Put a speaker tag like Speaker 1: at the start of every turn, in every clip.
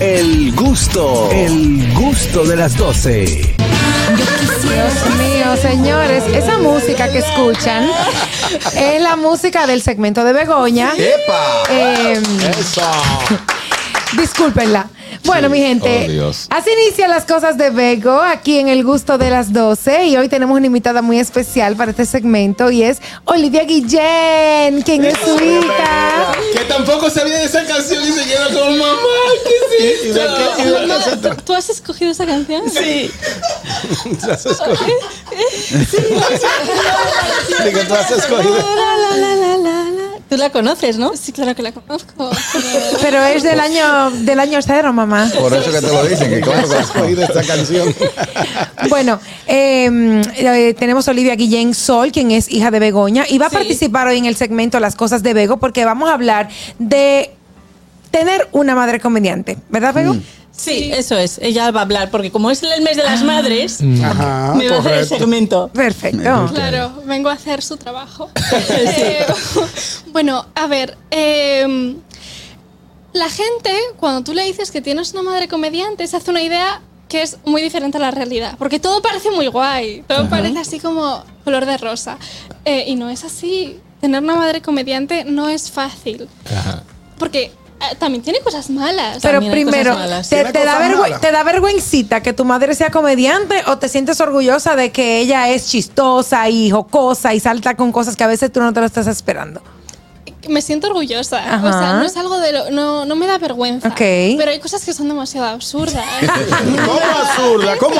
Speaker 1: El gusto, el gusto de las 12.
Speaker 2: Dios mío, señores, esa música que escuchan es la música del segmento de Begoña.
Speaker 3: ¡Epa!
Speaker 2: Eh,
Speaker 3: ¡Eso!
Speaker 2: discúlpenla. Bueno, mi gente,
Speaker 3: Oh, Dios.
Speaker 2: así inician las cosas de Bego aquí en El Gusto de las 12 y hoy tenemos una invitada muy especial para este segmento y es Olivia Guillén, quien es su hija.
Speaker 3: Que tampoco sabía de esa canción y se quedó como mamá. ¿Qué es esto?
Speaker 4: ¿Tú has escogido esa canción? Sí.
Speaker 3: que tú has escogido.
Speaker 4: ¿Tú la conoces, no? Sí, claro que la conozco.
Speaker 2: Pero es del año, del año cero, mamá.
Speaker 5: Por eso que te lo dicen, que claro
Speaker 3: has escogido esta canción.
Speaker 2: Bueno, eh, eh, tenemos a Olivia Guillén Sol, quien es hija de Begoña, y va
Speaker 4: Sí.
Speaker 2: a participar hoy en el segmento Las cosas de Bego, porque vamos a hablar de tener una madre conveniente, ¿verdad,
Speaker 3: Mm.
Speaker 2: Bego?
Speaker 4: Sí, eso es. Ella va a hablar, porque como es el mes de las madres,
Speaker 3: Ajá,
Speaker 4: me va a hacer el segmento.
Speaker 2: Perfecto.
Speaker 6: Claro, vengo a hacer su trabajo. Eh, bueno, a ver, eh, la gente, cuando tú le dices que tienes una madre comediante, se hace una idea que es muy diferente a la realidad, porque todo parece muy guay, todo parece así como color de rosa, Eh, y no es así. Tener una madre comediante no es fácil, porque eh, también tiene cosas malas.
Speaker 2: Pero
Speaker 4: También hay
Speaker 2: primero,
Speaker 4: cosas malas.
Speaker 2: ¿te,
Speaker 3: Tiene
Speaker 2: te da
Speaker 3: cosas
Speaker 2: vergü-
Speaker 3: malas.
Speaker 2: te da vergüencita que tu madre sea comediante o te sientes orgullosa de que ella es chistosa y jocosa y salta con cosas que a veces tú no te lo estás esperando?
Speaker 6: me siento orgullosa.
Speaker 2: Ajá.
Speaker 6: O sea, no es algo de lo, no, no me da vergüenza.
Speaker 2: Ok.
Speaker 6: Pero hay cosas que son demasiado absurdas.
Speaker 3: ¿Cómo absurda? ¿Cómo
Speaker 5: Que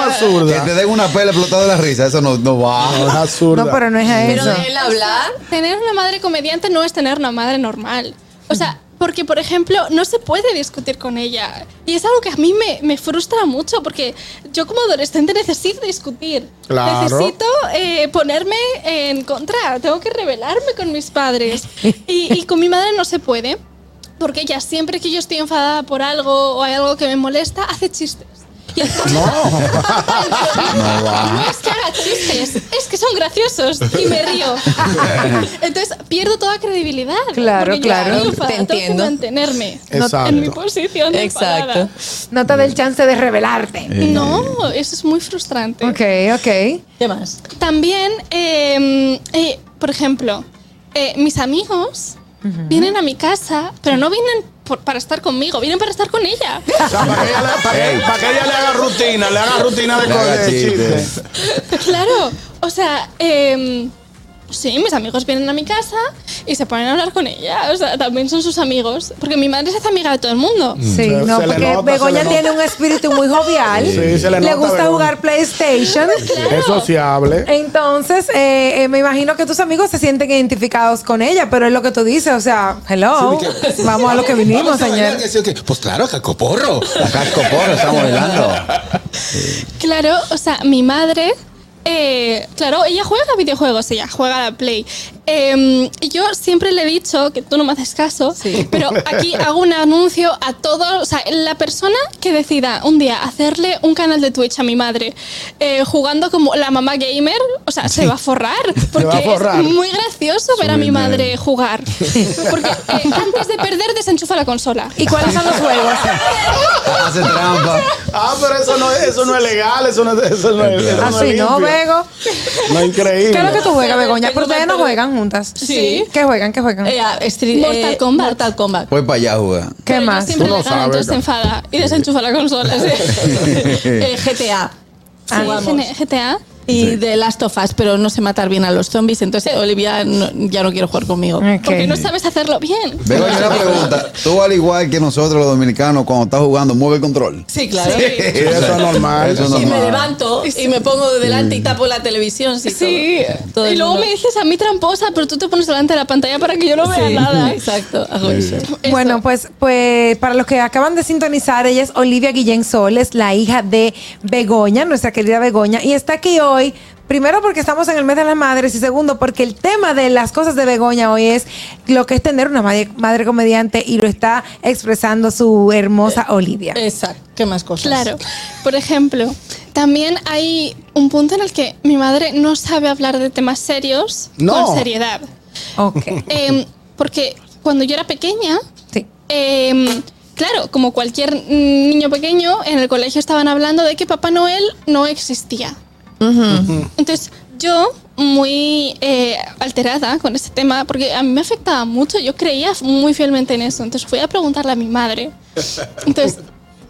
Speaker 5: te
Speaker 3: absurda?
Speaker 5: den una pela explotada de la risa, eso no, no
Speaker 3: No,
Speaker 5: va.
Speaker 3: es absurda.
Speaker 2: No, pero no es a eso.
Speaker 7: el hablar.
Speaker 6: tener una madre comediante no es tener una madre normal. O sea, porque, por ejemplo, no se puede discutir con ella. Y es algo que a mí me, me frustra mucho, porque yo como adolescente necesito discutir.
Speaker 3: Claro.
Speaker 6: Necesito eh, ponerme en contra. Tengo que rebelarme con mis padres. Y, y con mi madre no se puede, porque ella siempre que yo estoy enfadada por algo o hay algo que me molesta, hace chistes. Y el no es que haga chistes, es que son graciosos y me río. Entonces pierdo toda credibilidad.
Speaker 2: Claro,
Speaker 6: porque yo
Speaker 2: claro,
Speaker 6: estoy enfadada,
Speaker 7: te
Speaker 6: tengo que
Speaker 7: entiendo.
Speaker 6: mantenerme en mi
Speaker 3: Exacto.
Speaker 6: posición. de
Speaker 7: Exacto.
Speaker 6: enfadada.
Speaker 2: No te da el chance de revelarte.
Speaker 6: No, eso es muy frustrante.
Speaker 2: Ok, ok.
Speaker 4: ¿Qué más?
Speaker 6: También, eh, eh, por ejemplo, eh, mis amigos vienen a mi casa, pero no vienen por- para estar conmigo, vienen para estar con ella.
Speaker 3: O sea, para que ella le- para que- para que ella le haga rutina, le haga rutina de
Speaker 5: Le haga
Speaker 3: co- de
Speaker 5: chistes.
Speaker 3: chistes.
Speaker 6: Claro, o sea, em, sí, mis amigos vienen a mi casa y se ponen a hablar con ella. O sea, también son sus amigos. Porque mi madre se hace amiga de todo el mundo.
Speaker 2: Sí,
Speaker 3: Mm. Se-
Speaker 2: no,
Speaker 3: se le
Speaker 2: porque
Speaker 3: nota, se
Speaker 2: Begoña
Speaker 3: le nota.
Speaker 2: tiene un espíritu muy jovial.
Speaker 3: Sí, se le nota,
Speaker 2: gusta
Speaker 3: Begoña.
Speaker 2: jugar PlayStation.
Speaker 3: Es sociable.
Speaker 2: Entonces, eh, eh, me imagino que tus amigos se sienten identificados con ella, pero es lo que tú dices, o sea, hello, vamos a lo que vinimos, señor.
Speaker 5: Pues claro, cascoporro. A cascoporro, estamos bailando.
Speaker 6: Claro, o sea, mi madre. eh, claro, ella juega a videojuegos, ella juega a la Play. Em, y yo siempre le he dicho, que tú no me haces caso, pero aquí hago un anuncio a todos, o sea, la persona que decida un día hacerle un canal de Twitch a mi madre eh, jugando como la mamá gamer, o sea, se va a forrar, porque
Speaker 3: va a forrar.
Speaker 6: es muy gracioso ver a mi madre jugar. Porque eh, antes de perder, desenchufa la consola.
Speaker 2: ¿Y cuáles son los juegos?
Speaker 5: Hace trampa.
Speaker 3: Ah, pero eso no, es- eso no es legal, eso no, eso no es. eso
Speaker 2: Así,
Speaker 3: no es
Speaker 2: Ah, ¿no,
Speaker 3: limpio.
Speaker 2: Bego?
Speaker 3: No es increíble.
Speaker 2: ¿Qué es lo que tú juegas,
Speaker 4: A ver,
Speaker 2: Begoña?
Speaker 4: tengo
Speaker 2: Pero ustedes no
Speaker 4: tanto-
Speaker 2: juegan juntas.
Speaker 4: Sí.
Speaker 2: ¿Qué juegan? ¿Qué juegan?
Speaker 4: Eh, ah, Street-
Speaker 6: Mortal
Speaker 4: eh,
Speaker 6: Kombat.
Speaker 4: Mortal Kombat.
Speaker 5: Voy para allá a jugar.
Speaker 2: ¿Qué
Speaker 6: Pero yo
Speaker 2: más?
Speaker 6: Siempre
Speaker 3: Tú no
Speaker 6: le gano,
Speaker 3: sabes,
Speaker 6: entonces se
Speaker 3: ¿no?
Speaker 6: enfada y desenchufa la consola. sí.
Speaker 4: Eh, GTA.
Speaker 2: Ah,
Speaker 6: Sí,
Speaker 4: Jugamos.
Speaker 6: GN- GTA.
Speaker 4: Y de Last of Us, pero no sé matar bien a los zombies, entonces eh, Olivia no- ya no quiere jugar conmigo.
Speaker 2: Ok.
Speaker 6: Porque no sabes hacerlo bien.
Speaker 5: Vengo una pregunta. Tú, al igual que nosotros los dominicanos, cuando estás jugando, mueve el control.
Speaker 4: Sí, claro.
Speaker 3: Sí, eso es normal.
Speaker 5: Eso es
Speaker 4: Y me
Speaker 5: normal.
Speaker 4: levanto y me pongo delante y tapo la televisión. Sí.
Speaker 6: Sí.
Speaker 4: todo- todo
Speaker 6: y
Speaker 4: el
Speaker 6: luego
Speaker 4: mundo-
Speaker 6: me dices a mí tramposa, pero tú te pones delante de la pantalla para que yo no vea
Speaker 4: Sí,
Speaker 6: nada.
Speaker 4: Exacto, hago eso.
Speaker 6: Eso.
Speaker 2: Bueno, pues, pues para los que acaban de sintonizar, ella es Olivia Guillén Sol, es la hija de Begoña, nuestra querida Begoña, y está aquí hoy. Primero porque estamos en el mes de las madres y segundo porque el tema de las cosas de Begoña hoy es lo que es tener una madre, madre comediante y lo está expresando su hermosa Olivia.
Speaker 4: Exacto. ¿Qué más cosas?
Speaker 6: Claro. Por ejemplo, también hay un punto en el que mi madre no sabe hablar de temas serios
Speaker 3: No.
Speaker 6: con seriedad.
Speaker 2: Ok,
Speaker 6: Em, porque cuando yo era pequeña,
Speaker 2: sí.
Speaker 6: em, Claro, como cualquier mm, niño pequeño, en el colegio estaban hablando de que Papá Noel no existía. Entonces, yo, muy eh, alterada con este tema, porque a mí me afectaba mucho, yo creía muy fielmente en eso. Entonces, fui a preguntarle a mi madre. Entonces,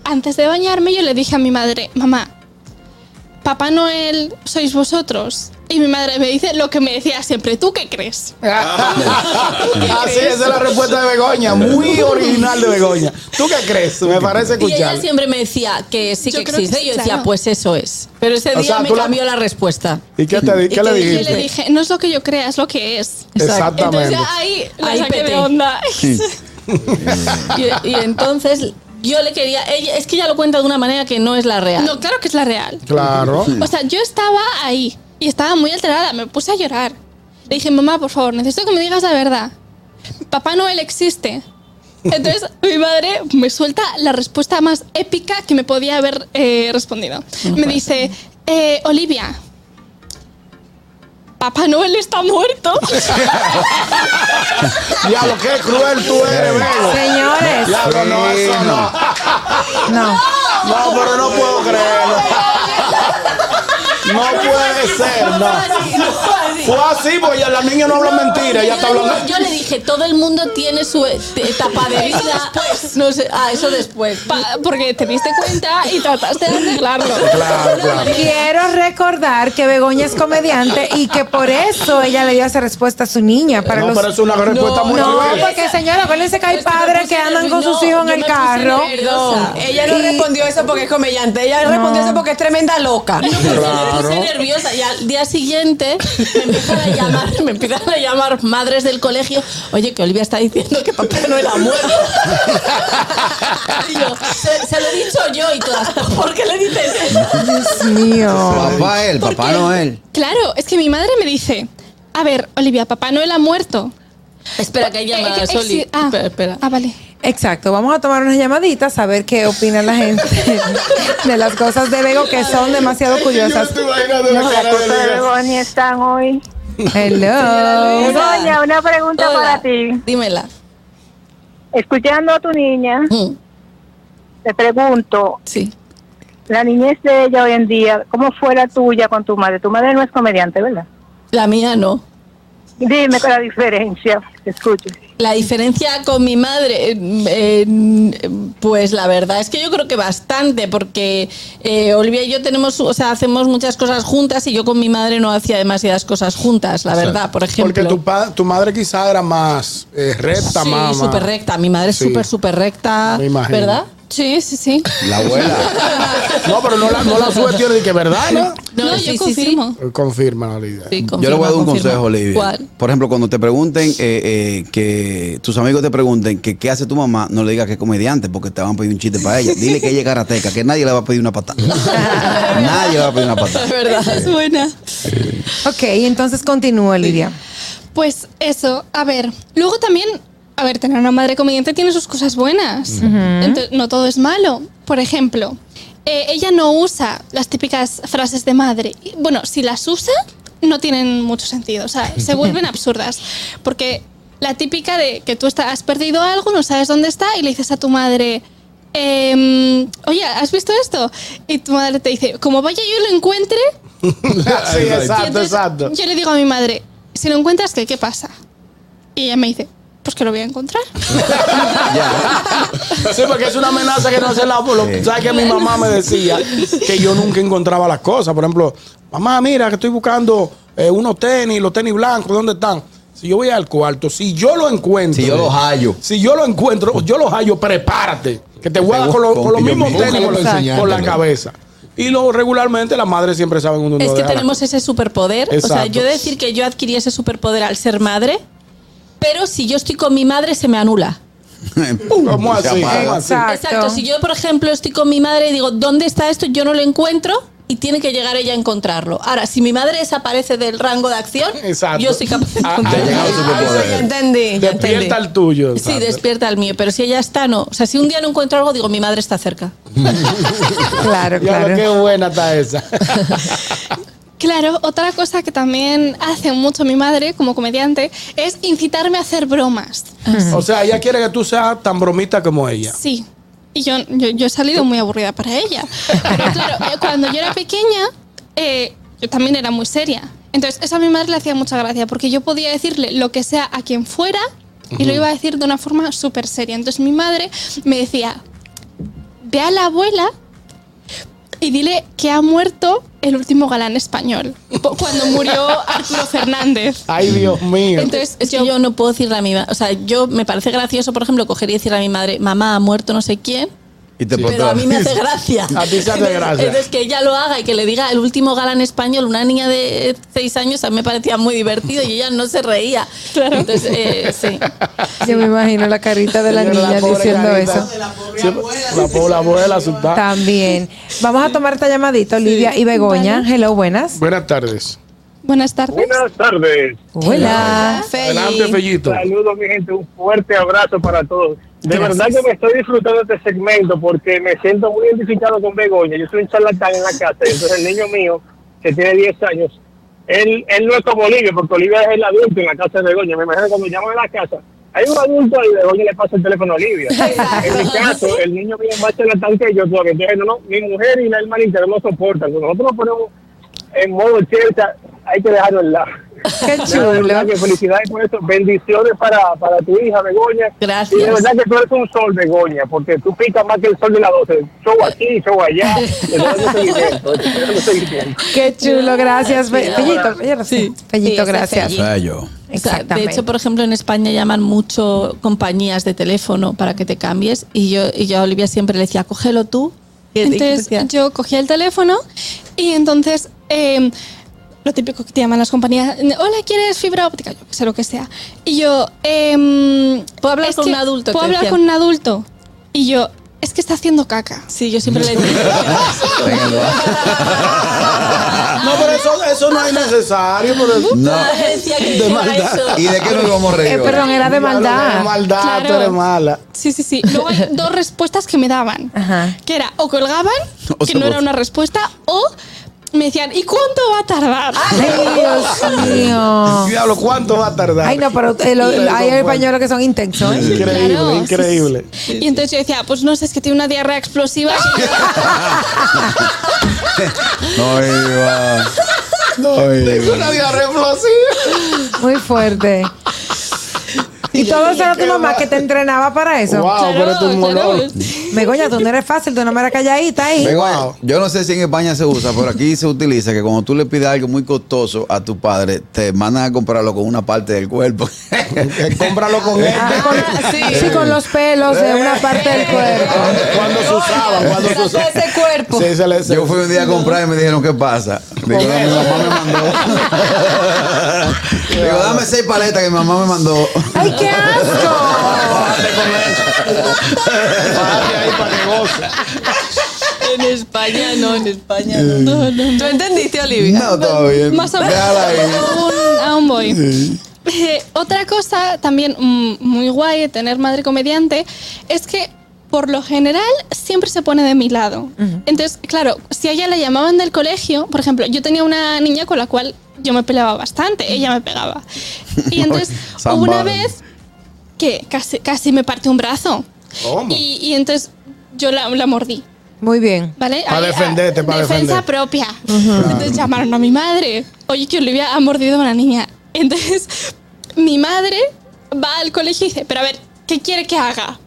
Speaker 6: antes de bañarme, yo le dije a mi madre, mamá, Papá Noel sois vosotros. Y mi madre me dice lo que me decía siempre, ¿tú qué crees?
Speaker 7: Ah, sí, esa es la respuesta de Begoña, muy original de Begoña. ¿Tú qué crees? Me parece
Speaker 4: Y ella
Speaker 7: escuchar.
Speaker 4: siempre me decía que sí
Speaker 6: Yo
Speaker 4: que
Speaker 6: creo que
Speaker 4: existe.
Speaker 6: sí,
Speaker 4: y yo decía,
Speaker 6: claro.
Speaker 4: pues eso es. Pero ese
Speaker 7: O
Speaker 4: día
Speaker 7: sea,
Speaker 4: me
Speaker 7: tú la-
Speaker 4: cambió la respuesta.
Speaker 7: ¿Y qué, te, di- qué
Speaker 4: ¿Y
Speaker 7: le
Speaker 4: qué
Speaker 6: Y yo le
Speaker 7: dijiste?
Speaker 6: dije, no es lo que yo crea, es lo que es.
Speaker 7: Exactamente.
Speaker 6: Entonces ahí la
Speaker 4: Ahí
Speaker 6: saqué
Speaker 4: peté.
Speaker 6: de onda.
Speaker 4: Y, y entonces yo le quería. ella- es que ella lo cuenta de una manera que no es la real.
Speaker 6: No, claro que es la real.
Speaker 7: Claro.
Speaker 6: O sea, yo estaba ahí y estaba muy alterada, me puse a llorar. Le dije, mamá, por favor, necesito que me digas la verdad. Papá Noel existe. Entonces mi madre me suelta la respuesta más épica que me podía haber eh, respondido. Me dice, "Eh, Olivia, Papá Noel está muerto.
Speaker 7: Diablo, qué cruel tú eres, Bego.
Speaker 2: Señores,
Speaker 7: Diablo, no, eso no.
Speaker 2: no.
Speaker 7: No, pero no puedo creerlo. No puede ser, no. Fue así, porque ya la niña no habla mentira, Pues ella está
Speaker 4: yo, le,
Speaker 7: hablando.
Speaker 4: yo le dije, todo el mundo tiene su e- te- etapa de
Speaker 6: Eso
Speaker 4: vida. No sé, ah, eso después.
Speaker 6: Pa- porque te diste cuenta y trataste de arreglarlo.
Speaker 7: Claro, claro.
Speaker 2: Quiero recordar que Begoña es comediante y que por eso ella le dio esa respuesta a su niña. Para
Speaker 7: No,
Speaker 2: los...
Speaker 7: pero es una respuesta muy
Speaker 2: No,
Speaker 7: cruel.
Speaker 2: porque señora, acuérdense que hay
Speaker 4: Pues yo me
Speaker 2: padres
Speaker 4: puse
Speaker 2: que andan con
Speaker 4: nervio-
Speaker 2: sus hijos en
Speaker 4: yo
Speaker 2: el
Speaker 4: me puse
Speaker 2: carro.
Speaker 4: nerviosa.
Speaker 8: Ella no
Speaker 2: Y-
Speaker 8: respondió eso porque es comediante. Ella respondió eso porque es tremenda loca.
Speaker 4: Me puse nerviosa y al día siguiente me empiezan a llamar, me empiezan a llamar madres del colegio. Oye, que Olivia está diciendo que papá no era muerto. Y yo, se, se lo he dicho yo y todas. ¿Por qué le dices eso?
Speaker 2: Dios mío.
Speaker 5: Papá Ah, él, papá
Speaker 6: Porque-
Speaker 5: Noel.
Speaker 6: Claro, es que mi madre me dice, a ver, Olivia, Papá Noel ha muerto.
Speaker 4: Espera que hay
Speaker 6: Eh,
Speaker 4: llamadas,
Speaker 6: eh,
Speaker 4: Oli.
Speaker 6: sí, ah,
Speaker 4: espera, espera.
Speaker 6: Ah, vale.
Speaker 2: Exacto, vamos a tomar unas llamaditas a ver qué opina la gente de las cosas de Bego que son demasiado curiosas.
Speaker 9: Yo no te imaginas la cara de Olivia.
Speaker 10: Begoña están hoy.
Speaker 2: Hello.
Speaker 10: Begoña, una pregunta
Speaker 4: Hola.
Speaker 10: para ti.
Speaker 4: Dímela.
Speaker 10: Escuchando a tu niña,
Speaker 4: Mm,
Speaker 10: te pregunto,
Speaker 4: Sí.
Speaker 10: la niñez de ella hoy en día, ¿cómo fue la tuya con tu madre? Tu madre no es comediante, ¿verdad?
Speaker 4: La mía no.
Speaker 10: Dime cuál es la diferencia. Te escucho.
Speaker 4: La diferencia con mi madre, eh, eh, pues la verdad es que yo creo que bastante, porque eh, Olivia y yo tenemos, o sea, hacemos muchas cosas juntas y yo con mi madre no hacía demasiadas cosas juntas, la verdad, por ejemplo.
Speaker 7: Porque tu, pa- tu madre quizá era más eh, recta,
Speaker 4: sí,
Speaker 7: más.
Speaker 4: súper recta. Mi madre es
Speaker 7: Sí.
Speaker 4: súper, súper recta,
Speaker 7: Me imagino.
Speaker 4: ¿verdad?
Speaker 6: Sí, sí, sí.
Speaker 5: La abuela.
Speaker 7: No, pero no la, no la subestimes de que verdad, ¿no?
Speaker 6: No, yo
Speaker 4: sí, sí, sí.
Speaker 6: confirmo.
Speaker 7: Confirma la idea.
Speaker 4: Sí,
Speaker 5: Yo le voy a dar
Speaker 4: confirma,
Speaker 5: un
Speaker 4: confirma.
Speaker 5: consejo, Olivia.
Speaker 4: ¿Cuál?
Speaker 5: Por ejemplo, cuando te pregunten, eh, eh, que tus amigos te pregunten que qué hace tu mamá, no le digas que es comediante porque te van a pedir un chiste para ella. Dile que ella es karateca, que nadie le va a pedir una patada. nadie le va a pedir una patada.
Speaker 4: Es verdad.
Speaker 6: Es buena.
Speaker 2: Ok, entonces continúa, Lidia.
Speaker 6: Pues eso, a ver. Luego también, a ver, tener una madre comediante tiene sus cosas buenas. Entonces, no todo es malo. Por ejemplo, eh, ella no usa las típicas frases de madre. Y, Bueno, si las usa, no tienen mucho sentido. O sea, se vuelven absurdas. Porque la típica de que tú está- has perdido algo, no sabes dónde está y le dices a tu madre. "Em, oye, ¿has visto esto? Y tu madre te dice, como vaya yo lo encuentre,
Speaker 7: sí,
Speaker 6: y
Speaker 7: exacto,
Speaker 6: entonces
Speaker 7: exacto.
Speaker 6: Yo le digo a mi madre, si lo encuentras, ¿qué, ¿qué pasa? Y ella me dice, pues que lo voy a encontrar.
Speaker 7: Sí, porque es una amenaza que no se la. Lo, ¿Sabes que mi mamá me decía? Que yo nunca encontraba las cosas. Por ejemplo, mamá, mira, que estoy buscando eh, unos tenis, los tenis blancos, ¿dónde están? Si yo voy al cuarto, si yo lo encuentro.
Speaker 5: Si yo los hallo.
Speaker 7: Si yo lo encuentro, yo los hallo, prepárate. Que te voy a dar con, lo- con los
Speaker 5: Yo
Speaker 7: mismos
Speaker 5: mismo
Speaker 7: tenis
Speaker 5: te lo
Speaker 7: por,
Speaker 5: enseñé.
Speaker 7: la cabeza. Y luego regularmente las madres siempre saben dónde uno
Speaker 4: Es que
Speaker 7: deja la-
Speaker 4: tenemos ese superpoder. O sea,
Speaker 7: Exacto.
Speaker 4: yo he de decir que yo adquirí ese superpoder al ser madre, pero si yo estoy con mi madre se me anula.
Speaker 7: ¿Cómo
Speaker 5: Se
Speaker 7: así?
Speaker 5: apaga.
Speaker 7: ¿Cómo así?
Speaker 4: Exacto. Si yo, por ejemplo, estoy con mi madre y digo, ¿dónde está esto? Yo no lo encuentro y tiene que llegar ella a encontrarlo. Ahora, si mi madre desaparece del rango de acción,
Speaker 7: Exacto.
Speaker 4: yo soy capaz de
Speaker 7: Ah,
Speaker 5: Ya
Speaker 4: encontrarlo.
Speaker 5: llegaba el superpoder.
Speaker 8: Ya entendí, ya entendí.
Speaker 7: Despierta el tuyo.
Speaker 4: Sí,
Speaker 7: exacto.
Speaker 4: despierta el mío, pero si ella está, no. O sea, si un día no encuentro algo, digo, mi madre está cerca.
Speaker 2: Claro,
Speaker 7: Diablo,
Speaker 2: claro.
Speaker 7: qué buena está esa.
Speaker 6: Claro, otra cosa que también hace mucho mi madre como comediante es incitarme a hacer bromas.
Speaker 7: O sea, ella quiere que tú seas tan bromista como ella.
Speaker 6: Sí. Y yo, yo, yo he salido muy aburrida para ella. Pero claro, eh, cuando yo era pequeña, eh, yo también era muy seria. Entonces, eso a mi madre le hacía mucha gracia, porque yo podía decirle lo que sea a quien fuera y lo iba a decir de una forma súper seria. Entonces, mi madre me decía: Ve a la abuela y dile que ha muerto el último galán español, po- cuando murió Arturo Fernández.
Speaker 7: Ay, Dios mío.
Speaker 6: Entonces,
Speaker 4: Es que yo, no puedo decirle a mi madre, o sea, yo me parece gracioso, por ejemplo, coger y decirle a mi madre, mamá ha muerto no sé quién,
Speaker 5: Y te
Speaker 4: pero
Speaker 5: explotó.
Speaker 4: a mí me hace gracia.
Speaker 7: A ti se hace
Speaker 4: Entonces-
Speaker 7: gracia.
Speaker 4: Entonces, que ella lo haga y que le diga el último galán español, una niña de seis años, a mí me parecía muy divertido y ella no se reía. Claro. Entonces, eh, sí.
Speaker 2: Yo me imagino la carita de la
Speaker 7: Señora,
Speaker 2: niña
Speaker 7: pobre
Speaker 2: diciendo
Speaker 7: Carita.
Speaker 2: eso.
Speaker 7: Sí, La pobre abuela asustada.
Speaker 2: También. Vamos a tomar esta llamadita, Olivia y Begoña.
Speaker 6: Vale.
Speaker 2: Hello, buenas.
Speaker 7: Buenas tardes.
Speaker 6: buenas tardes.
Speaker 11: Buenas tardes.
Speaker 2: Hola.
Speaker 7: Adelante, Fellito.
Speaker 11: Saludos, mi gente. Un fuerte abrazo para todos. De
Speaker 2: Gracias.
Speaker 11: verdad que me estoy disfrutando de este segmento porque me siento muy identificado con Begoña. Yo soy un charlatán en la casa. y Entonces, el niño mío, que tiene 10 años, él, él no es como Olivia, porque Olivia es el adulto en la casa de Begoña. Me imagino cuando llaman a la casa. Hay un adulto ahí, Begoña le pasa el teléfono a Olivia. En mi caso, el niño mío es más charlatán que yo todavía. Entonces, no, no, mi mujer y la hermanita no lo soportan. Cuando nosotros nos ponemos en modo chelcha, hay que dejarlo en la.
Speaker 2: Qué
Speaker 11: Nada, de
Speaker 2: chulo.
Speaker 11: verdad que felicidades por eso. Bendiciones para, para tu hija, Begoña.
Speaker 4: Gracias.
Speaker 11: Y de verdad que tú eres un sol, Begoña, porque tú picas más que el sol de la 12. Show aquí, show allá. Te estoy dando seguimiento, te estoy dando seguimiento.
Speaker 2: Qué chulo, gracias. Fe- Fellito, Fellito,
Speaker 4: Sí,
Speaker 2: Fellito,
Speaker 4: ese
Speaker 2: gracias.
Speaker 4: Fellito.
Speaker 5: Rayo.
Speaker 4: O sea,
Speaker 2: Exactamente. Eh,
Speaker 4: de hecho, por ejemplo, en España llaman mucho compañías de teléfono para que te cambies y yo, y yo a Olivia siempre le decía, cógelo tú. Y- y
Speaker 6: Entonces
Speaker 4: decía,
Speaker 6: yo cogí el teléfono y entonces eh, lo típico que te llaman las compañías, hola, ¿quieres fibra óptica? Yo que sé lo que sea. Y yo, em,
Speaker 4: ¿Puedo hablar
Speaker 6: es
Speaker 4: con
Speaker 6: que-
Speaker 4: un adulto?
Speaker 6: ¿Puedo
Speaker 4: Te
Speaker 6: hablar
Speaker 4: decían.
Speaker 6: con un adulto? Y yo, es que está haciendo caca.
Speaker 4: Sí, yo siempre le decía.
Speaker 5: Venga, lo hace.
Speaker 7: No, pero eso, eso no es necesario. Pero
Speaker 4: Le
Speaker 5: No.
Speaker 4: Ah, decía que
Speaker 7: De
Speaker 4: dijera
Speaker 7: maldad.
Speaker 4: eso.
Speaker 5: ¿Y de qué nos vamos a reír?
Speaker 2: Eh,
Speaker 5: ahora?
Speaker 2: perdón, era de
Speaker 7: Claro,
Speaker 2: maldad.
Speaker 7: maldad,
Speaker 6: Claro.
Speaker 7: Ah, tú eres mala.
Speaker 6: Sí, sí, sí. Luego hay dos respuestas que me daban.
Speaker 2: Ajá.
Speaker 6: Que era, o colgaban,
Speaker 5: O
Speaker 6: que
Speaker 5: se
Speaker 6: no era
Speaker 5: bot-
Speaker 6: una respuesta, o me decían, ¿y cuánto va a tardar?
Speaker 7: Ah,
Speaker 2: Ay, Dios mío.
Speaker 7: Diablo, ¿cuánto va a tardar?
Speaker 2: Ah. Ay, no, pero eh, lo-
Speaker 7: Ustedes son
Speaker 2: hay
Speaker 7: fuertes.
Speaker 2: españoles que son intensos. ¿eh?
Speaker 7: Increíble,
Speaker 6: Claro, sí,
Speaker 7: increíble.
Speaker 6: Y entonces yo decía, pues no sé, es que tiene una diarrea explosiva.
Speaker 5: No iba. No
Speaker 7: Tengo
Speaker 5: iba.
Speaker 7: una diarrea explosiva.
Speaker 2: Muy fuerte. Y todo eso era tu
Speaker 7: Qué
Speaker 2: mamá
Speaker 7: mal.
Speaker 2: que te entrenaba para eso.
Speaker 7: Wow, pero esto es un
Speaker 6: Claro,
Speaker 7: monólogo.
Speaker 6: claro.
Speaker 2: Begoña, tú no eres fácil, tú no me eras calladita ahí.
Speaker 5: Begoña,
Speaker 7: Wow.
Speaker 5: yo no sé si en España se usa, pero aquí se utiliza que cuando tú le pides algo muy costoso a tu padre, te mandan a comprarlo con una parte del cuerpo.
Speaker 7: Que Cómpralo con él.
Speaker 2: Ah, con- sí. con los pelos de una parte del cuerpo.
Speaker 7: Cuando se usaban, cuando se usaban.
Speaker 12: Ese cuerpo.
Speaker 7: Sí, se le- se-
Speaker 5: Yo fui un día a comprar y me dijeron, ¿qué pasa? Digo, "No, mi mamá me mandó. Digo, dame seis paletas que mi mamá me mandó.
Speaker 2: ¡Ay, qué asco!
Speaker 7: Párate ahí para que goce.
Speaker 13: En España no, en España no. No, no, no.
Speaker 12: ¿Tú entendiste, Olivia?
Speaker 5: No, todo bien.
Speaker 6: Más o menos.
Speaker 5: Déjala ahí.
Speaker 6: Aún, aún voy. Eh, otra cosa también mm, muy guay de tener madre comediante es que por lo general siempre se pone de mi lado. Entonces, claro, si a ella la llamaban del colegio, por ejemplo, yo tenía una niña con la cual yo me peleaba bastante, ella me pegaba. Y entonces hubo una
Speaker 5: Zambada.
Speaker 6: vez que casi, casi me partió un brazo.
Speaker 7: ¿Cómo?
Speaker 6: Y, y entonces yo la, la mordí.
Speaker 2: Muy bien.
Speaker 6: ¿Vale?
Speaker 7: Pa'
Speaker 6: Ahí,
Speaker 7: defenderte,
Speaker 6: ah,
Speaker 7: pa'
Speaker 6: Defensa
Speaker 7: defender.
Speaker 6: propia. Entonces llamaron a mi madre. Oye, que Olivia ha mordido a una niña. Entonces, mi madre va al colegio y dice, pero a ver, ¿qué quiere que haga?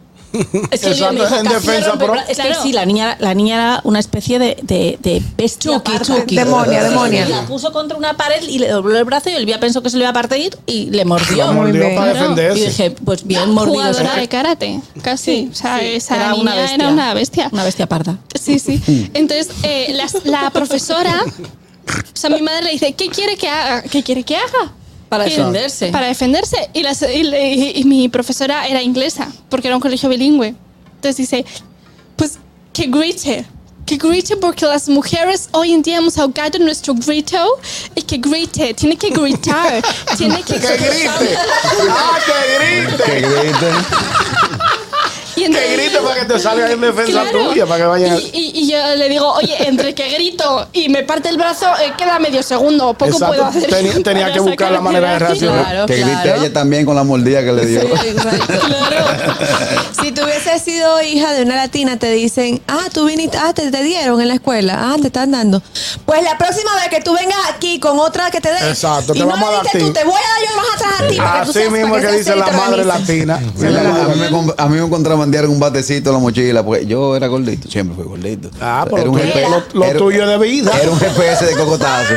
Speaker 4: Es que
Speaker 7: Exacto,
Speaker 4: Olivia me dijo,
Speaker 7: en
Speaker 4: "Casi me
Speaker 7: defensa
Speaker 4: rompe el
Speaker 7: pro-
Speaker 4: bra-". Es que
Speaker 6: Claro.
Speaker 4: sí, la niña, la niña era una especie de, de, de bestia.
Speaker 12: Chucky,
Speaker 4: parda.
Speaker 12: Chucky.
Speaker 2: Demonia, demonia.
Speaker 4: Sí, La puso contra una pared y le dobló el brazo y Olivia pensó que se le iba a partir y le
Speaker 7: La
Speaker 4: mordió.
Speaker 7: mordió
Speaker 2: bien.
Speaker 7: para
Speaker 6: Claro.
Speaker 4: Y
Speaker 7: defenderse.
Speaker 4: dije, pues bien mordido.
Speaker 6: Jugadora
Speaker 4: será.
Speaker 6: de karate, casi. o sea,
Speaker 4: Sí,
Speaker 6: esa niña era una bestia.
Speaker 4: Una bestia parda.
Speaker 6: Sí, sí. Entonces, eh, las- la profesora, o sea, mi madre le dice, ¿qué quiere que haga? ¿Qué quiere que haga?
Speaker 4: Para
Speaker 6: Y-
Speaker 4: defenderse.
Speaker 6: Para defenderse. Y, las- y le- y- y mi profesora era inglesa, porque era un colegio bilingüe. Entonces dice, pues que grite. Que grite porque las mujeres hoy en día hemos ahogado nuestro grito y que grite, tiene que gritar, tiene que,
Speaker 7: ¡Que grite! ¡Ah, que grite!
Speaker 5: Que griten.
Speaker 6: Y entonces-
Speaker 7: ¡Que grite para que te salga en defensa
Speaker 6: Claro.
Speaker 7: tuya, para que vayan.
Speaker 6: Y, y- y yo le digo, oye, entre que grito y me parte el brazo, eh, queda medio segundo, poco
Speaker 7: Exacto,
Speaker 6: puedo hacer.
Speaker 7: tenía- tenía
Speaker 6: para
Speaker 7: que buscar la
Speaker 6: sacarme
Speaker 7: manera de
Speaker 6: aquí.
Speaker 7: reaccionar.
Speaker 12: Claro,
Speaker 5: que grite
Speaker 12: claro.
Speaker 5: ella también con la mordida que le dio.
Speaker 12: Si tú hubieses sido hija de una latina, te dicen, ah, tú viniste, ah, te, te dieron en la escuela, ah, te están dando. Pues la próxima vez que tú vengas aquí con otra que te den,
Speaker 7: Exacto,
Speaker 12: y
Speaker 7: te
Speaker 12: no
Speaker 7: vamos a
Speaker 12: le
Speaker 7: dar
Speaker 12: diste
Speaker 7: a ti.
Speaker 12: tú, te voy a dar yo más atrás a ti. para tú
Speaker 7: Así
Speaker 12: seas-
Speaker 7: mismo
Speaker 12: para
Speaker 7: es que
Speaker 12: seas
Speaker 7: dice la
Speaker 12: feliz,
Speaker 7: madre
Speaker 12: organiza.
Speaker 7: latina.
Speaker 5: Sí, Pues la madre, a, mí me, com- a mí me contrabandearon un batecito en la mochila porque yo era gordito, siempre fui gordito.
Speaker 7: Ah, pero
Speaker 5: Era
Speaker 7: tú- lo- lo tuyo es de vida.
Speaker 5: Era un GPS de cocotazo.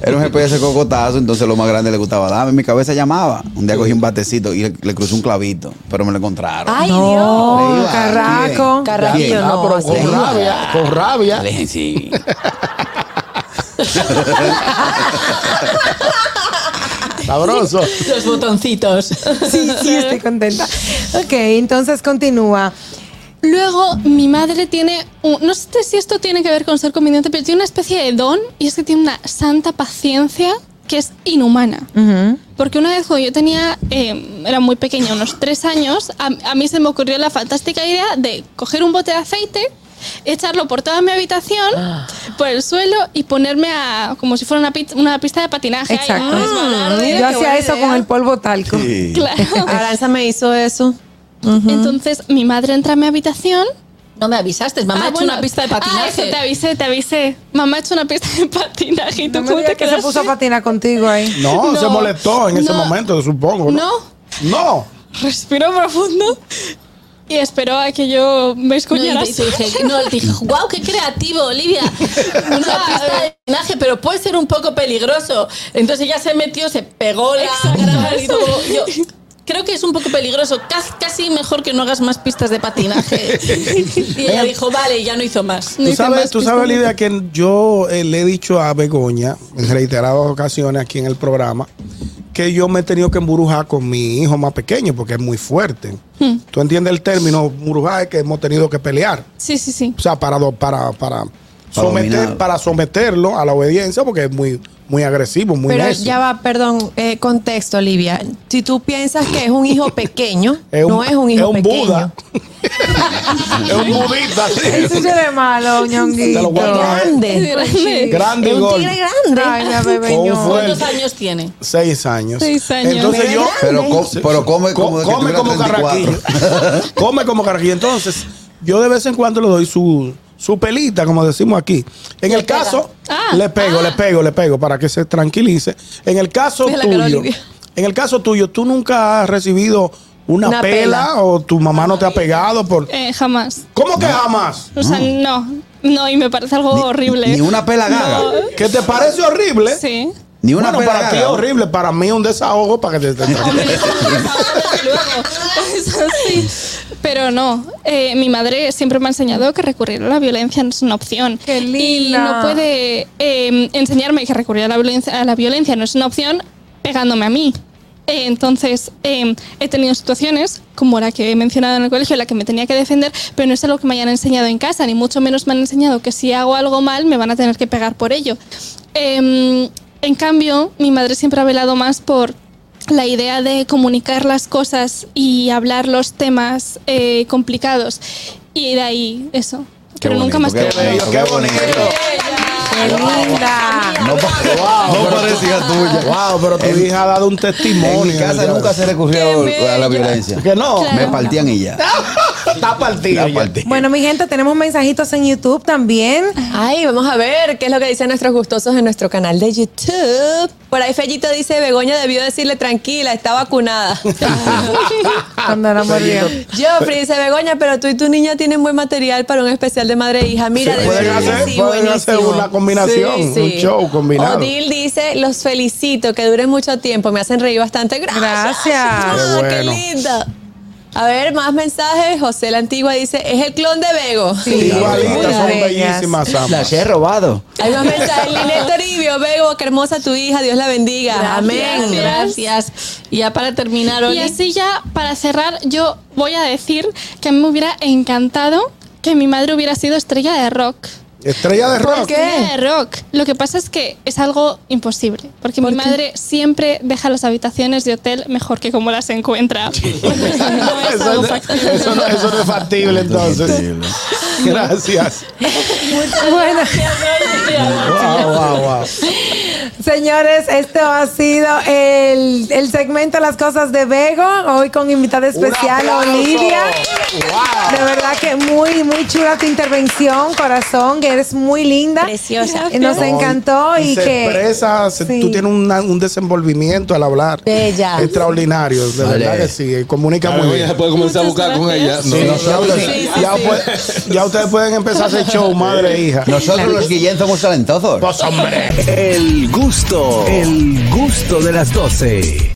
Speaker 5: Era un GPS de cocotazo, entonces lo más grande le gustaba darme. Mi cabeza llamaba. Un día cogí un batecito y le, le crucé un clavito, pero me lo encontraron.
Speaker 6: Ah.
Speaker 12: Ay,
Speaker 5: Le
Speaker 2: No,
Speaker 5: iba,
Speaker 2: carraco.
Speaker 5: ¿quién?
Speaker 12: Carraquillo,
Speaker 5: ¿Quién?
Speaker 7: Ah,
Speaker 12: no,
Speaker 7: pero
Speaker 12: así
Speaker 7: con
Speaker 12: no.
Speaker 7: rabia, con rabia.
Speaker 5: Le dije, sí.
Speaker 7: Sabroso.
Speaker 4: Los botoncitos.
Speaker 2: Sí, sí, estoy contenta. Ok, entonces continúa.
Speaker 6: Luego, mi madre tiene, un- no sé si esto tiene que ver con ser comediante, pero tiene una especie de don y es que tiene una santa paciencia que es inhumana.
Speaker 2: Ujú.
Speaker 6: Porque una vez cuando yo tenía, eh, era muy pequeña, unos tres años, a, a mí se me ocurrió la fantástica idea de coger un bote de aceite, echarlo por toda mi habitación, por el suelo y ponerme a, como si fuera una, pit- una pista de patinaje. ahí,
Speaker 2: Exacto. Ah,
Speaker 6: resbalar de-
Speaker 2: Yo
Speaker 12: Qué buena
Speaker 2: hacía eso
Speaker 12: idea.
Speaker 2: con el polvo talco.
Speaker 5: Sí.
Speaker 6: Claro.
Speaker 12: Aranza me hizo eso.
Speaker 6: Entonces mi madre entra a mi habitación
Speaker 4: No me avisaste, mamá,
Speaker 6: Ah,
Speaker 4: ha hecho
Speaker 6: bueno.
Speaker 4: una pista de patinaje.
Speaker 6: Ah, eso, te avisé, te avisé. Mamá ha hecho una pista de patinaje y tú
Speaker 2: No me
Speaker 6: cómo te
Speaker 2: digas que se
Speaker 6: quedaste.
Speaker 2: puso a patinar contigo ahí.
Speaker 7: No,
Speaker 6: No,
Speaker 7: se molestó en ese
Speaker 6: no.
Speaker 7: momento, supongo.
Speaker 6: No,
Speaker 7: No.
Speaker 6: respiró profundo y esperó a que yo me
Speaker 4: No, y
Speaker 6: escuchara.
Speaker 4: te- te dije, no, él dijo, wow, qué creativo, Olivia. Una pista de patinaje, pero puede ser un poco peligroso. Entonces ya se metió, se pegó la grava y todo. Yo creo que es un poco peligroso. Ca- Casi mejor que no hagas más pistas de patinaje. Y ella dijo, vale, y ya no hizo más.
Speaker 7: Tú sabes, tú sabes, Lidia, que yo eh, le he dicho a Begoña en reiteradas ocasiones aquí en el programa que yo me he tenido que embrujar con mi hijo más pequeño porque es muy fuerte.
Speaker 12: Hmm.
Speaker 7: ¿Tú entiendes el término embrujar? Es que hemos tenido que pelear.
Speaker 6: Sí, sí, sí.
Speaker 7: O sea, para, do- para, para, someter,
Speaker 5: dominarlo.
Speaker 7: para someterlo a la obediencia porque es muy, muy agresivo, muy
Speaker 12: Pero
Speaker 7: necio.
Speaker 12: ya va, perdón, eh, contexto, Olivia. Si tú piensas que es un hijo pequeño,
Speaker 7: Es un-
Speaker 12: no es un hijo
Speaker 7: es un
Speaker 12: pequeño.
Speaker 7: Buda. es un budista, sí.
Speaker 2: El suyo de malo, ñonguito.
Speaker 7: Te lo voy a
Speaker 12: Es
Speaker 7: traer.
Speaker 12: grande.
Speaker 6: Grande.
Speaker 7: Grande
Speaker 12: Es
Speaker 7: y
Speaker 12: un
Speaker 7: gordo.
Speaker 12: tigre grande.
Speaker 2: Ay, la bebé
Speaker 7: Con un
Speaker 2: ñongo.
Speaker 7: fuerte.
Speaker 4: ¿Cuántos años tiene?
Speaker 7: Seis años.
Speaker 6: Seis años.
Speaker 7: Entonces yo.
Speaker 5: Pero, co- pero come
Speaker 7: Co-
Speaker 5: como de que
Speaker 7: come
Speaker 5: tuviera
Speaker 7: como
Speaker 5: 34.
Speaker 7: carraquillo. come como carraquillo. Entonces, yo de vez en cuando le doy su, su pelita, como decimos aquí. En el caso,
Speaker 6: Ah,
Speaker 7: le pego, le pego, le pego, para que se tranquilice. En el caso
Speaker 12: Mira la cara de
Speaker 7: tuyo,
Speaker 12: Olivia.
Speaker 7: en el caso tuyo, tú nunca has recibido una,
Speaker 12: Una
Speaker 7: pela,
Speaker 12: pela.
Speaker 7: o tu mamá no te ha pegado por.
Speaker 6: Eh, jamás.
Speaker 7: ¿Cómo que jamás?
Speaker 6: O sea, no. No, y me parece algo horrible.
Speaker 5: Ni una pela gaga.
Speaker 2: ¿Eh?
Speaker 7: ¿Que te parece horrible?
Speaker 6: Sí.
Speaker 5: Ni una
Speaker 7: bueno,
Speaker 5: pela
Speaker 7: para ti es
Speaker 5: gaga.
Speaker 7: horrible, para mí es un desahogo para que te, te-
Speaker 6: Hombre, desde luego. Eso sí. Pero no, eh, mi madre siempre me ha enseñado que recurrir a la violencia no es una opción.
Speaker 2: Qué linda.
Speaker 6: Y no puede eh, enseñarme que recurrir a la, violencia, a la violencia no es una opción pegándome a mí. Eh, Entonces, eh, he tenido situaciones como la que he mencionado en el colegio, en la que me tenía que defender, pero no es algo que me hayan enseñado en casa, ni mucho menos me han enseñado que si hago algo mal me van a tener que pegar por ello. Em, en cambio, mi madre siempre ha velado más por la idea de comunicar las cosas y hablar los temas eh, complicados. Y de ahí eso.
Speaker 5: Qué
Speaker 6: Pero nunca
Speaker 5: bonito,
Speaker 6: más
Speaker 5: qué
Speaker 6: que-
Speaker 5: bonito,
Speaker 7: Qué bonito.
Speaker 2: Qué
Speaker 12: Ah,
Speaker 2: linda.
Speaker 5: No, pa- no parecía tuya.
Speaker 7: Wow, pero tu hija ha dado un
Speaker 5: En
Speaker 7: testimonio.
Speaker 5: mi casa nunca se recurrió a la violencia.
Speaker 7: Que no.
Speaker 5: Me partían y ya.
Speaker 7: Está partido.
Speaker 5: La partí.
Speaker 2: Bueno, mi gente, tenemos mensajitos en YouTube también.
Speaker 12: Ay, vamos a ver qué es lo que dicen nuestros gustosos en nuestro canal de YouTube. Por ahí Fellito dice, Begoña debió decirle tranquila, está vacunada.
Speaker 7: Ah,
Speaker 2: Cuando la mordió.
Speaker 12: Geoffrey dice, Begoña, pero tú y tu niña tienen buen material para un especial de madre e hija. Mira, de
Speaker 7: Pueden
Speaker 12: verdad que
Speaker 7: hacer,
Speaker 12: sí,
Speaker 7: pueden hacer
Speaker 12: buenísimo.
Speaker 7: una combinación,
Speaker 12: Sí, sí.
Speaker 7: un show combinado.
Speaker 12: Odil dice, los felicito, que duren mucho tiempo, me hacen reír bastante. Gracias.
Speaker 2: Gracias.
Speaker 12: Ah,
Speaker 7: Qué
Speaker 12: qué
Speaker 7: bueno.
Speaker 12: linda. A ver, más mensajes. José la Antigua dice, es el clon de Bego.
Speaker 2: Sí, muy
Speaker 7: Igualitas, son
Speaker 2: bellas.
Speaker 7: bellísimas ambas.
Speaker 5: he robado.
Speaker 12: Hay más mensajes. Linet Toribio, Bego, qué hermosa tu hija, Dios la bendiga. Amén.
Speaker 4: Gracias. Y ya para terminar,
Speaker 6: Y
Speaker 4: Oli,
Speaker 6: así ya, para cerrar, yo voy a decir que a mí me hubiera encantado que mi madre hubiera sido estrella de rock.
Speaker 7: Estrella de rock.
Speaker 6: Estrella de rock. Lo que pasa es que es algo imposible, porque mi madre siempre deja las habitaciones de hotel mejor que como las encuentra.
Speaker 7: Eso, no- eso no, eso no es factible entonces.
Speaker 3: Ah,
Speaker 7: Gracias.
Speaker 2: Bueno,
Speaker 7: Wow, wow, wow.
Speaker 2: señores, esto ha sido el, el segmento Las Cosas de Bego, hoy con invitada especial Olivia. De verdad que muy, muy chula tu intervención, corazón, que eres muy linda.
Speaker 13: Preciosa.
Speaker 2: Nos encantó y,
Speaker 7: se
Speaker 2: que...
Speaker 7: expresa, se-
Speaker 2: Sí.
Speaker 7: tú tienes una- un desenvolvimiento al hablar.
Speaker 13: Bella.
Speaker 7: Extraordinario, de
Speaker 5: Vale.
Speaker 7: verdad que sí. Comunica
Speaker 3: Claro,
Speaker 7: muy
Speaker 3: ella se
Speaker 7: bien.
Speaker 3: puede comenzar a buscar con ella.
Speaker 7: Sí,
Speaker 3: No, no,
Speaker 7: nosotros- ya, puede- ya ustedes pueden empezar ese show, madre e hija.
Speaker 5: Nosotros los Guillén somos talentosos.
Speaker 7: Pues, hombre.
Speaker 1: El gusto, el gusto de las 12.